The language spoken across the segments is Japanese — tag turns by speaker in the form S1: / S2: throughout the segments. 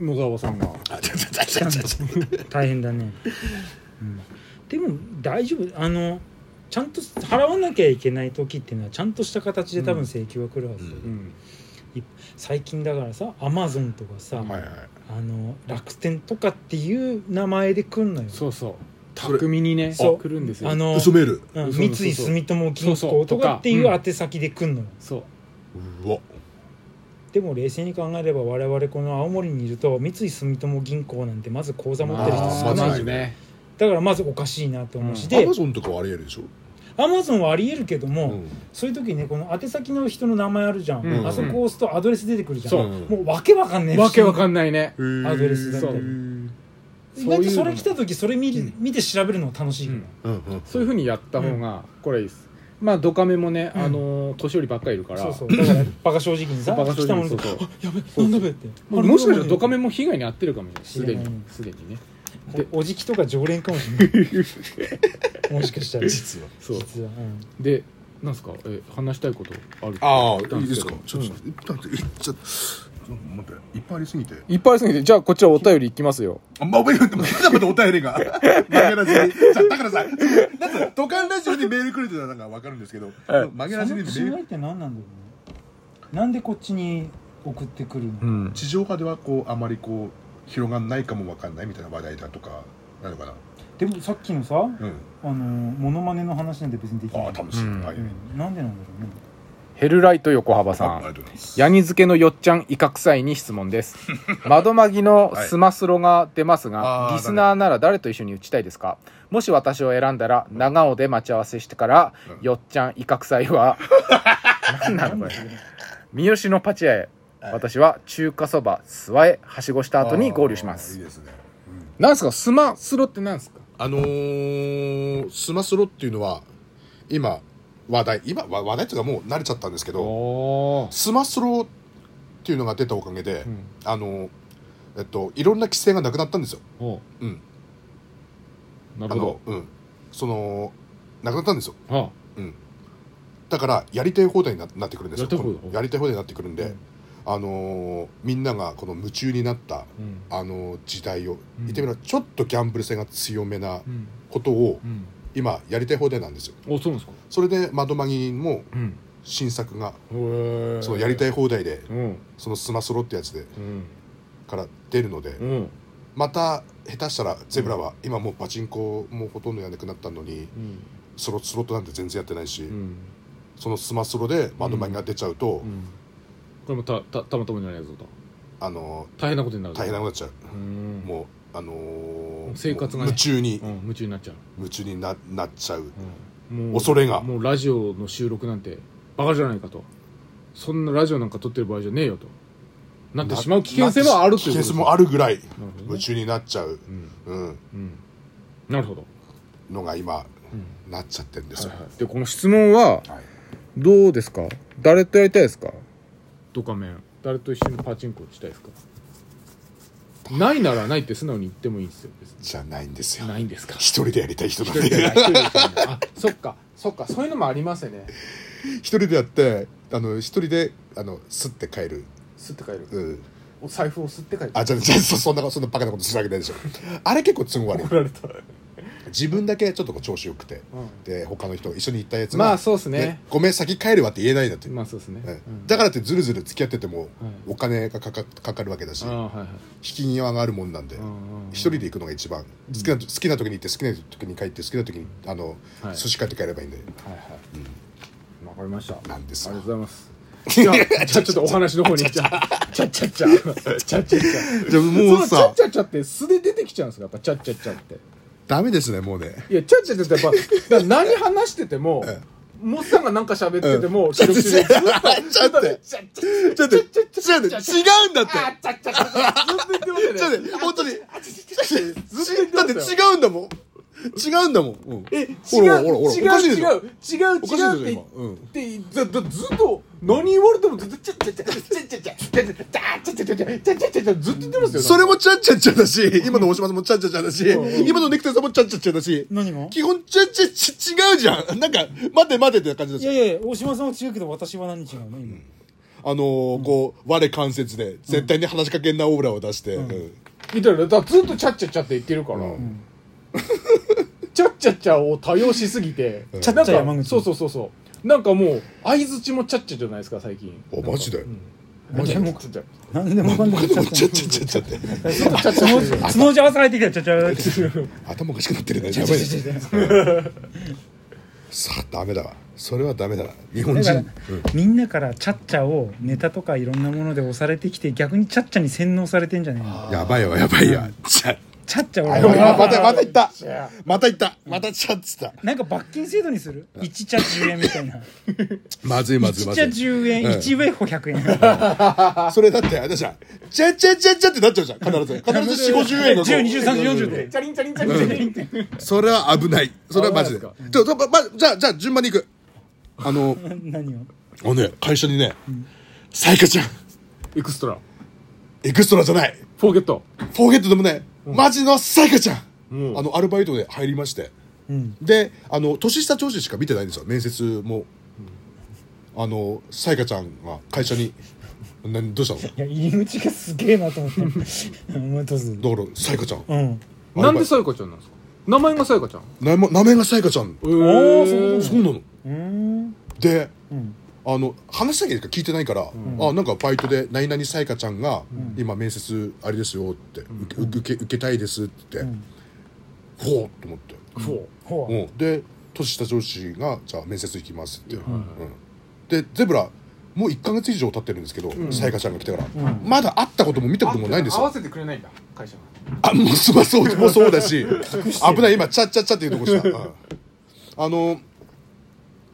S1: 野沢さんが
S2: あちょちょちょちょちょ
S3: 大変だね、うんでも大丈夫あのちゃんと払わなきゃいけない時っていうのはちゃんとした形で多分請求は来るはずだよ、
S2: うん
S1: うん
S3: 最近だからさアマゾンとかさ、
S2: はいはい
S3: あの楽天とかっていう名前で来んのよ
S1: そうそう
S2: それ
S1: 巧みにね
S3: そう
S1: 来るんですよ
S3: あの
S2: 嘘メール
S3: うん
S1: そうそ
S3: 三
S1: うそう
S3: 井住友銀
S1: そうそ
S3: 行
S1: う
S3: と
S1: と
S3: か
S1: か
S3: っていう宛先で来んのよ
S1: そう
S2: うわ
S3: でも冷静に考えれば我々この青森にいると三井住友銀行なんてまず口座持ってる人
S2: あー
S3: 少ない
S2: ま
S3: じ
S2: ず
S3: ゃん
S2: ね
S3: だからまずおかしいなと思うし、
S1: うん
S2: ア
S3: で
S2: マゾンとかはありえるでしょ
S3: アマゾンはありえるけども、
S2: うん
S3: そういう時ねこの宛先の人の名前あるじゃん、
S1: うん
S3: あそこ押すとアドレス出てくるじゃん、
S1: そう
S3: もうわけわかんねえ
S1: わけわか
S3: ん
S1: んないね
S2: へー
S3: アドレスだ
S1: ったり
S2: そう
S3: 意外とそ
S1: そういう
S3: れ
S1: の
S3: 来た時それ見,、
S1: うん
S3: 見て調べるの楽しいから、
S1: うん
S2: うんうん
S1: そういうふうにやった方がこれいいですまあドカメもね
S3: うん
S1: あのー年寄りばっかりいるから
S3: そうそうだからバカ正直にさ
S1: バカ
S3: 来
S1: 正
S3: たも
S1: 直
S3: の
S1: に
S3: で
S1: そうそう
S3: やべなんだべって
S1: もうもしかしたらドカメ
S3: も
S1: も被害に遭ってるかもしれないすで
S3: 知らない
S1: にすでにねで
S3: おじきとか常連かもしれないもしかしたら
S2: 実は
S1: そう
S3: 実は、うん
S1: でなんすかえ話したいことある
S2: ああ
S1: ない
S2: い
S1: ん
S2: ですす
S1: け
S2: か
S1: ど
S2: ちょっとちょっとえちょっとちょっと待っていっぱいありすぎて
S1: いっぱいありすぎてじゃあこちらお便りいきますよ
S2: あんま覚えてもまだまだお便りが。だからさ、じゃあだからさ、なんか、都間ラジオにメールくれてたらなんかわかるんですけど、
S1: え
S2: 曲げラジ
S3: そ
S2: オにメ
S3: の
S2: ー
S3: 違い
S2: ル、
S3: って何なんだろうねなんでこっちに送ってくるの、
S1: ん
S2: 地上波ではこう、あまりこう、広がんないかもわかんないみたいな話題だとか、なのかな。
S3: でもさっきのさ
S2: うん。
S3: あのモノマネの話なんて別にできない
S2: ああ、多分そう。
S1: うん
S2: はい。
S3: うんなんでなんだろうね
S1: ヘルライト横幅
S2: あ
S1: さ
S2: ありが
S1: ん
S2: とうございます。
S1: ヤニ漬けのよっちゃん威嚇祭に質問です 窓マギのスマスロが出ますが、
S2: はいあー
S1: リスナーなら誰と一緒に打ちたいですかもし私を選んだら長尾で待ち合わせしてから、
S2: うん
S1: よっちゃん威嚇祭 は何なのこれ三好のパチ屋へ、
S2: はい
S1: 私は中華そば諏訪へはしごした後に合流しま
S2: ああい
S1: す
S2: いですね。うん
S1: なんすかスマスロってなんすか
S2: あのー、スマスロっていうのは、今、話題、今、わ話題っていうかもう慣れちゃったんですけど、
S1: お
S2: スマスロっていうのが出たおかげで、
S1: うん
S2: あのー、えっと、いろんな規制がなくなったんですよ。
S1: お
S2: うん
S1: な
S2: あ
S1: るほど、
S2: のうん、そのなくなったんですよ
S1: あ
S2: だからやりたい放題にななってくるんですよ
S1: やりたい放題
S2: このやりたい放題になってくるんで、
S1: うん
S2: あのーみんながこの夢中になった、
S1: うん
S2: あのー時代を、
S1: うん
S2: 言ってみればちょっとギャンブル性が強めな
S1: うん
S2: ことを
S1: うん
S2: 今やりたい放題なんですよ
S1: おそうなんですか
S2: それで窓マギも
S1: うん
S2: 新作が
S1: へえ
S2: そのやりたい放題で
S1: うん
S2: そのスマスロってやつで
S1: うん
S2: から出るので、
S1: うん
S2: また下手したらゼブラは今もうパチンコもほとんどやんなくなったのに
S1: うん
S2: スロスロットなんて全然やってないし、
S1: うん
S2: そのスマスロで窓マギが出ちゃうと、
S1: うんこれもたたたまたまじゃないぞと
S2: あの
S1: 大変なことになる
S2: 大変な
S1: こ
S2: ことになっちゃう、
S1: とうんも
S2: もうあのー
S1: 生活がね
S2: 夢中に、
S1: うん夢中になっちゃう
S2: 夢中にななっちゃう
S1: うんもう
S2: 恐れが
S1: もうラジオの収録なんてバカじゃないかとそんなラジオなんか撮ってる場合じゃねえよとなってしまう危険性もあるということ
S2: 危険
S1: です
S2: 性もあるぐらい
S1: なるほど
S2: 夢
S1: ね
S2: 中になっちゃう、
S1: うん
S2: うん、
S1: うんなるほど
S2: のが今
S1: うん
S2: なっちゃってるんですよ、
S1: はいはいでこの質問は
S2: はい
S1: どうですか誰とやりたいですかドカメン誰と一緒にパチンコしたいですかないならないって素直に言ってもいいんですよ別
S2: じゃないんですよ
S1: にないんですか
S2: 一人でやりたい人なん
S1: 一人じゃな
S2: で
S1: い一人ですよねあそっかそっかそういうのもありますよね
S2: 一人でやってあの一人であのすって帰る、
S1: 吸って帰る
S2: うん、
S1: お財布を吸って帰る
S2: あじゃあじゃあそそんなそんなバカなことするわけないでしょあれ結構都合悪い
S1: 怒られた、
S2: 自分だけちょっとこう調子よくて
S1: う
S2: で他の人一緒に行ったやつ
S1: ん、
S2: が
S1: まあそうですね
S2: ねごめん先帰るわって言えないんだって、
S1: まあそうですね、
S2: ね
S1: うん
S2: だからってずるずる付き合ってても
S1: はい
S2: お金がかかかかるわけだし
S1: ああはいはい
S2: 引き際があるもんなんで
S1: うんうん
S2: 一人で行くのが一番好きな好きな時に行って好きな時に帰って好きな時にあの
S1: はい
S2: 寿司買って帰れば いいんで
S1: はいはいわかりましたありが
S2: なんです
S1: とう
S2: よ
S1: ございますじゃあちょっとお話の方にじゃあちゃっちゃっちゃちゃっちゃっちゃ
S2: じゃあもう
S1: その
S2: さ
S1: チャッチャッチャって素で出てきちゃうんですかやっぱチャッチャッチャって
S2: ダメですねもうね
S1: いやチャッチャッチャってやっ ぱだから何話しててもモッさんが何か喋ってても四六時中ずっと
S2: ちょっと待って
S1: チャッチャッ
S2: ちょっと違うんだって
S1: あチャッチャッチャずっと言ってますよね
S2: ちょっと待って本当にだ
S1: ずっと言って
S2: って
S1: ます
S2: 違
S1: よ
S2: うんだもん違うんだもんうん
S1: え違う
S2: ほらほらほら
S1: 違
S2: おかしいでしょ
S1: う違う違う
S2: おかしいでしょ
S1: 違う
S2: 今うん
S1: って言ってずっとずっと何言われてもずっとチャッチャッチャチャッチャッチャチャチャチャチャチャチャチャチャチャずっと言ってますよ
S2: それもちゃんちゃんちゃんだし今の大島さんもちゃんちゃんちゃんだし
S1: うん
S2: 今のネクタイさんもちゃんちゃんちゃんだし
S3: 何が
S2: 基本ちゃんちゃんち違うじゃんなんか待て待てって感じだ
S3: い
S2: し
S3: やいや大島さんは違うけど私は何違うの今、
S2: ああのーこう我関節で絶対に話しかけんなオーラを出して、うん
S1: みたいなだからずっとチャッチャッチャって言ってるから、チャッチャッチャを多用しすぎて
S2: ん
S3: チャッチャ
S1: な
S3: 山
S1: んか
S3: 口
S1: そうそうそうそうなんかもう相づちもチャッチャじゃないですか最近
S2: おマジで
S1: マジ
S3: で
S1: で
S3: も
S1: チャッチャ
S3: 何でもかんでも
S2: ちゃっちゃっちゃっちゃって
S1: チャッチャしてる
S3: つもじ合わせ入ってきたちゃちゃち
S2: 頭おかしくなってるねやばいねさあダメだわそれはダメだわ日本
S3: だ
S2: 人
S3: か
S2: う
S3: ら
S2: ん
S3: みんなからチャッチャをネタとかいろんなもので押されてきて逆にチャッチャに洗脳されてんじゃねえの
S2: やばいわやばいわちゃ
S3: チャッチャ
S2: あやばい
S3: 俺
S2: わまたまた行った
S1: チャ
S2: また行ったまたちゃっつった
S3: なんか罰金制度にする1チャ10円みたい な
S2: まずいまずい
S3: 1
S2: ま
S3: チ
S2: ず
S3: ャ
S2: い
S3: 10円
S2: うん
S3: 1ウェイホ100円
S2: それだってあれだじゃんちゃちゃちゃちゃってなっちゃうじゃん必ず 必ず4 5 0円がこう
S3: 10203040で
S1: チャリンチャリンチャリンチャリンって
S2: それは危ないそれはマジで
S1: 危ない
S2: ちょちょままじゃあじゃあ順番に行くあの
S3: 何を
S2: あのね会社にねさやかちゃん
S1: エクストラ
S2: エクストラじゃない
S1: フォーゲット
S2: フォーゲットでもね、マジのサイカちゃん、
S1: うん
S2: あのアルバイトで入りまして、であの年下上司しか見てないんですよ面接も、あのサイカちゃんが会社に何どうした
S3: いや入り口がすげえなと思 ったお前どうする
S2: のだからサイカちゃん
S3: うん
S1: なんでさやかちゃんなんですか名前がさやかちゃん
S2: 名前名前がサイカちゃん、
S1: えー
S2: そうなの
S3: うん
S2: で
S3: うん
S2: あの話だけしか聞いてないから、あなんかバイトで「何々さやかちゃんが今面接あれですよ」って、受け受け受けたいです」って、
S3: ん
S2: ほうと思って
S1: フォー
S3: ほう
S2: うん、で年下上司が「じゃあ面接行きます」って、うんでゼブラもう1か月以上経ってるんですけどさやかちゃんが来てから、まだ会ったことも見たこともないんです
S1: 合わ
S2: よ
S1: せてくれないんだ会社が
S2: あもうすまそうもうそうだし危ない今「ちゃっちゃっちゃ」っていうとこした、うんあの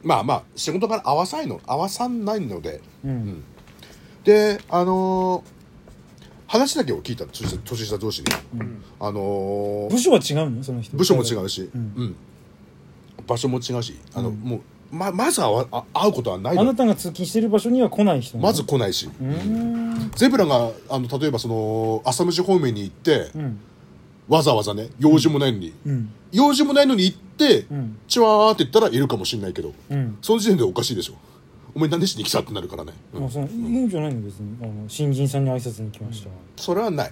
S2: まあまあ仕事から合わさないの合わさないので
S3: うん
S2: であのー話だけを聞いた年下年下上司に、あのー
S3: 部署は違うのその人
S2: 部署も違うし、うん
S3: ん
S2: 場所も違うしあの、もうままずはわあ会うことはない
S3: あな
S2: の
S3: たが通勤してる場所には来ない人なの
S2: まず来ないし、
S3: うーん
S2: ゼブラがあの例えばその浅虫方面に行って、
S3: うん
S2: わざわざね用事もないのに、
S3: うん
S2: 用事もないのに行って、
S3: うん
S2: チワーって言ったらいるかもしれないけど
S3: うん
S2: その時点でおかしいでしょお前何でしに来たってなるからね、うん
S3: まあそのいいんじゃないの別にあの新人さんに挨拶に来ました
S2: それはない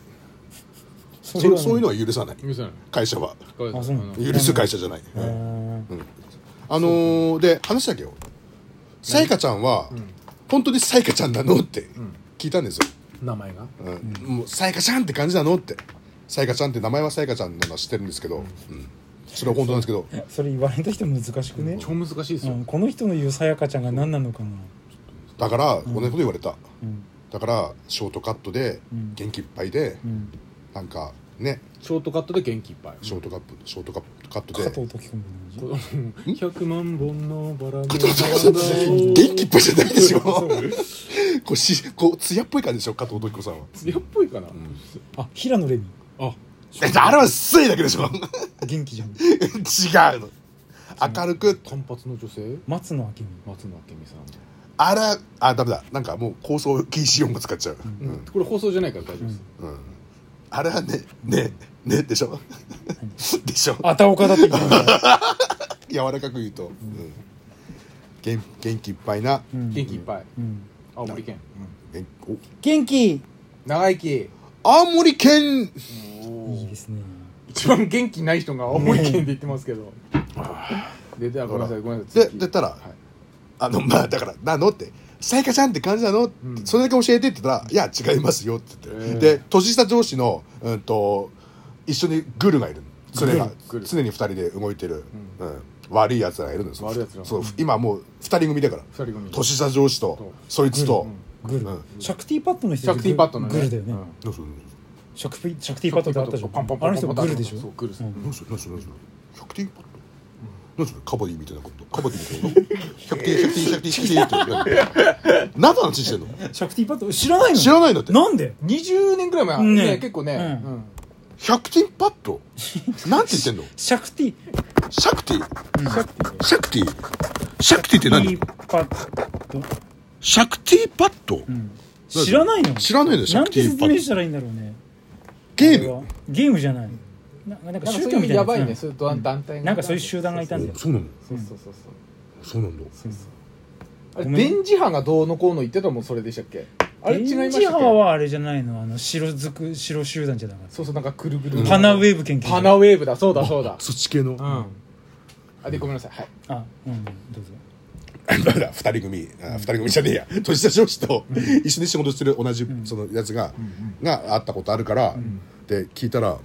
S2: そ
S3: れは
S2: そういうのは許さない
S1: 許せない
S2: 会社は
S1: あ
S3: あそうなの
S2: 許す会社じゃない、
S3: あ
S2: うん
S3: ー
S2: あのーで話だけよさやかちゃんは、本当にさやかちゃんなのって聞いたんですよ、
S1: 名前が
S2: うんもうさやかちゃんって感じなのってさやかちゃんって名前はさやかちゃんなのは知ってるんですけど、うんそれは本当なんですけど
S3: それ言われた人難しくね
S1: 超難しいです
S3: う
S1: よ
S3: んこの人の言うさやかちゃんが何なのかな
S2: だから同じこと言われた、
S3: うん
S2: だからショートカットで
S3: うん
S2: 元気いっぱいで、
S3: うん
S2: なんかね
S1: ショートカットで元気いっぱい
S2: ショートカップショートカット
S3: 加
S2: で
S3: 藤時子みたいな感
S1: 100万本のバラの花を
S2: 元気いっぱいじゃないでしょこうしこう艶っぽい感じでしょ加藤時子さんは
S1: 艶っぽいかな
S3: じあ平野レミ
S1: あ
S2: えあれは水だけでしょ
S3: 元気じゃん
S2: 違うの明るく
S1: 単発の女性
S3: 松野明美
S1: 松野明美さん
S2: あらあダメだなんかもう構想禁止音が使っちゃう、
S1: これ放送じゃないから大丈夫です
S2: あれはねねねでしょでしょ
S3: あたおかだって言ってた
S2: 柔らかく言うと、うん元元気いっぱいな、
S3: うん
S1: 元気いっぱい
S3: うん
S1: 青森県
S2: 元お
S3: 元気
S1: 長生き
S2: 青森県
S3: いいですね
S1: 一番元気ない人が青森県で言ってますけどでであごめんなさいごめんなさい
S2: で
S1: 次
S2: でたら、
S1: はい
S2: あのまあだからなのってさやかちゃんって感じなの、
S1: ん
S2: それだけ教えてって言ったら「いや違いますよ」って言って、
S1: えー
S2: で年下上司の、うん、と一緒にグルがいるそれが
S1: グル
S2: 常に二人で動いてる、うん悪いやつらがいるんです
S1: 悪い奴ら
S2: そう、今もう二人組だから
S1: 二人組
S2: 年下上司とそいつと、
S3: グル
S2: うん
S3: シャクティパッドの
S1: シ
S3: 人
S1: ャクティパッドのね
S3: グルだよね
S1: うん
S2: どうする
S3: シャクティシャクティパッドってあったでしょ
S1: パンパンパンパン
S3: あの人もグルでし
S1: そう
S3: ょ
S1: グルです
S3: うん
S2: どうするどうするどうする100点パット何それカバディみたいなことカバディみたいなこと100点100点100点100点って何の話してんの
S3: シャクティパッド知らないの
S2: 知らないんだって
S3: なんで
S1: 20年ぐらい前
S3: ね
S1: ね結構ね
S3: うん
S1: うん
S2: 100点パットなんて言ってんの
S3: シャクティ
S2: シャクティシャクティシャクティって
S3: ティ
S2: 何
S3: パッド
S2: シャクティパット
S3: 知らないの
S2: 知らないのシャ
S3: なん
S2: クテ
S3: て
S2: ィ
S3: 説
S2: パ
S3: 明
S2: ッ
S3: し
S2: ト
S3: たらいいんだろうね
S2: ゲー
S3: これは
S2: ム
S3: ゲームじゃないななんか
S1: なんか
S3: 宗
S1: そう
S3: 教み
S1: い
S3: た
S1: うや
S3: いなやつ
S1: ばいねそういう団団体が
S3: なんかそういう集団がいたんだよ
S2: そうなの
S1: そうそうそうそう
S2: そうなんだ
S1: そうそうあれ
S3: ごめん
S1: 電磁波がどうのこうの言ってたのもそれでしたっけあれ違いま
S3: 電
S1: したっけ
S3: 磁波はあれじゃないのあの白づく白集団じゃなかった
S1: そうそうなんかくるぐる
S3: パナウェーブ研究所
S1: パナウェーブだそうだそうだ
S2: そっち系の、
S1: うんあでごめんなさいはい
S3: あうんどうぞ
S2: だから 二人組あ二人組じゃねえや 年下上司と一緒に仕事してる同じそのやつが、が会ったことあるから、で聞いたら、ね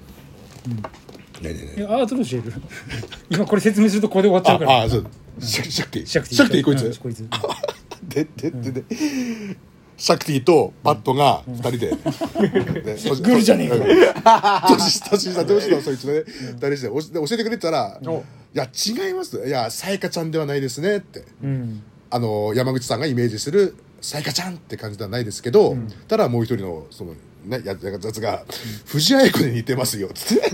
S2: えねえね
S3: い
S2: え
S3: やアートロシェル 今これ説明するとここで終わっちゃうから
S2: ああそうシャシャクティ
S3: シャクティ
S2: シャクティこいつ、
S3: うんこいつ
S2: でででで、シャクティとバットが二人で、で年
S3: グルじゃねえか
S2: うん年下年下上司のそいつね二人しておしで教えてくれてたら「い
S1: お
S2: や違います」いやさやかちゃんではないですね」って。
S3: うん
S2: あの山口さんがイメージするさやかちゃんって感じではないですけど、ただもう一人のその、ね、ややつが「藤あや子に似てますよ」っつって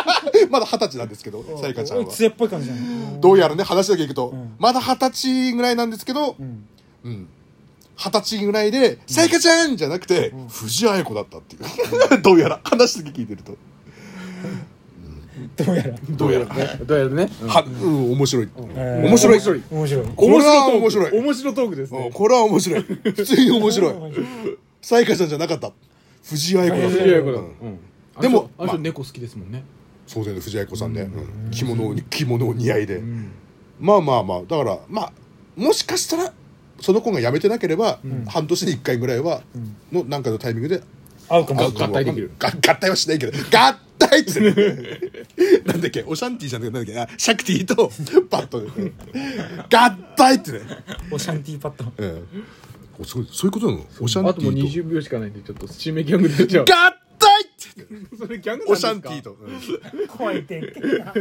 S2: まだ二十歳なんですけどさやかちゃんは
S3: 艶っぽい感じじゃん
S2: どうやらね話だけいくと、
S3: ん
S2: まだ二十歳ぐらいなんですけど
S3: ん
S2: うん二十、歳ぐらいで「さやかちゃん!」じゃなくて、藤あや子だったっていう どうやら話だけ聞いてると、
S3: どうやら
S2: どうやら
S1: どうやるね
S2: はうん面白い、
S3: 面
S2: 面白い
S3: 面白い
S2: これは面白い
S1: 面白トークです
S2: うん
S1: ね
S2: これは面 白い普通に面白いさやかちゃんじゃなかった藤あや子だった
S1: 面白いこと
S2: うん
S1: うん
S2: でも
S1: あの人あの人
S2: まあ
S1: 猫好きですもんね
S2: そうだよね藤あや子さんね、うん着物を着物を似合いで、まあまあまあだからまあもしかしたらその子が辞めてなければ、半年に1回ぐらいは、のなんかのタイミングで
S3: 合うかも
S2: 会う
S1: 合体できる
S2: が合体はしないけど合体ってねなんだっけオシャンティーじゃなくてなんだっけあシャクティとバットでうん合体ってね、
S3: オシャンティーパッド
S2: うん、おすごいそういうことなのオシャン
S1: あ
S2: テ
S1: とも
S2: ィ
S1: う
S2: ー
S1: 20秒しかないんでちょっと締めギャグでやっちゃお
S2: と合体って
S1: うそれギャグなんで
S2: オ
S1: す
S2: シ
S1: か
S2: ャンティーと、うん
S3: 怖いって言ってんな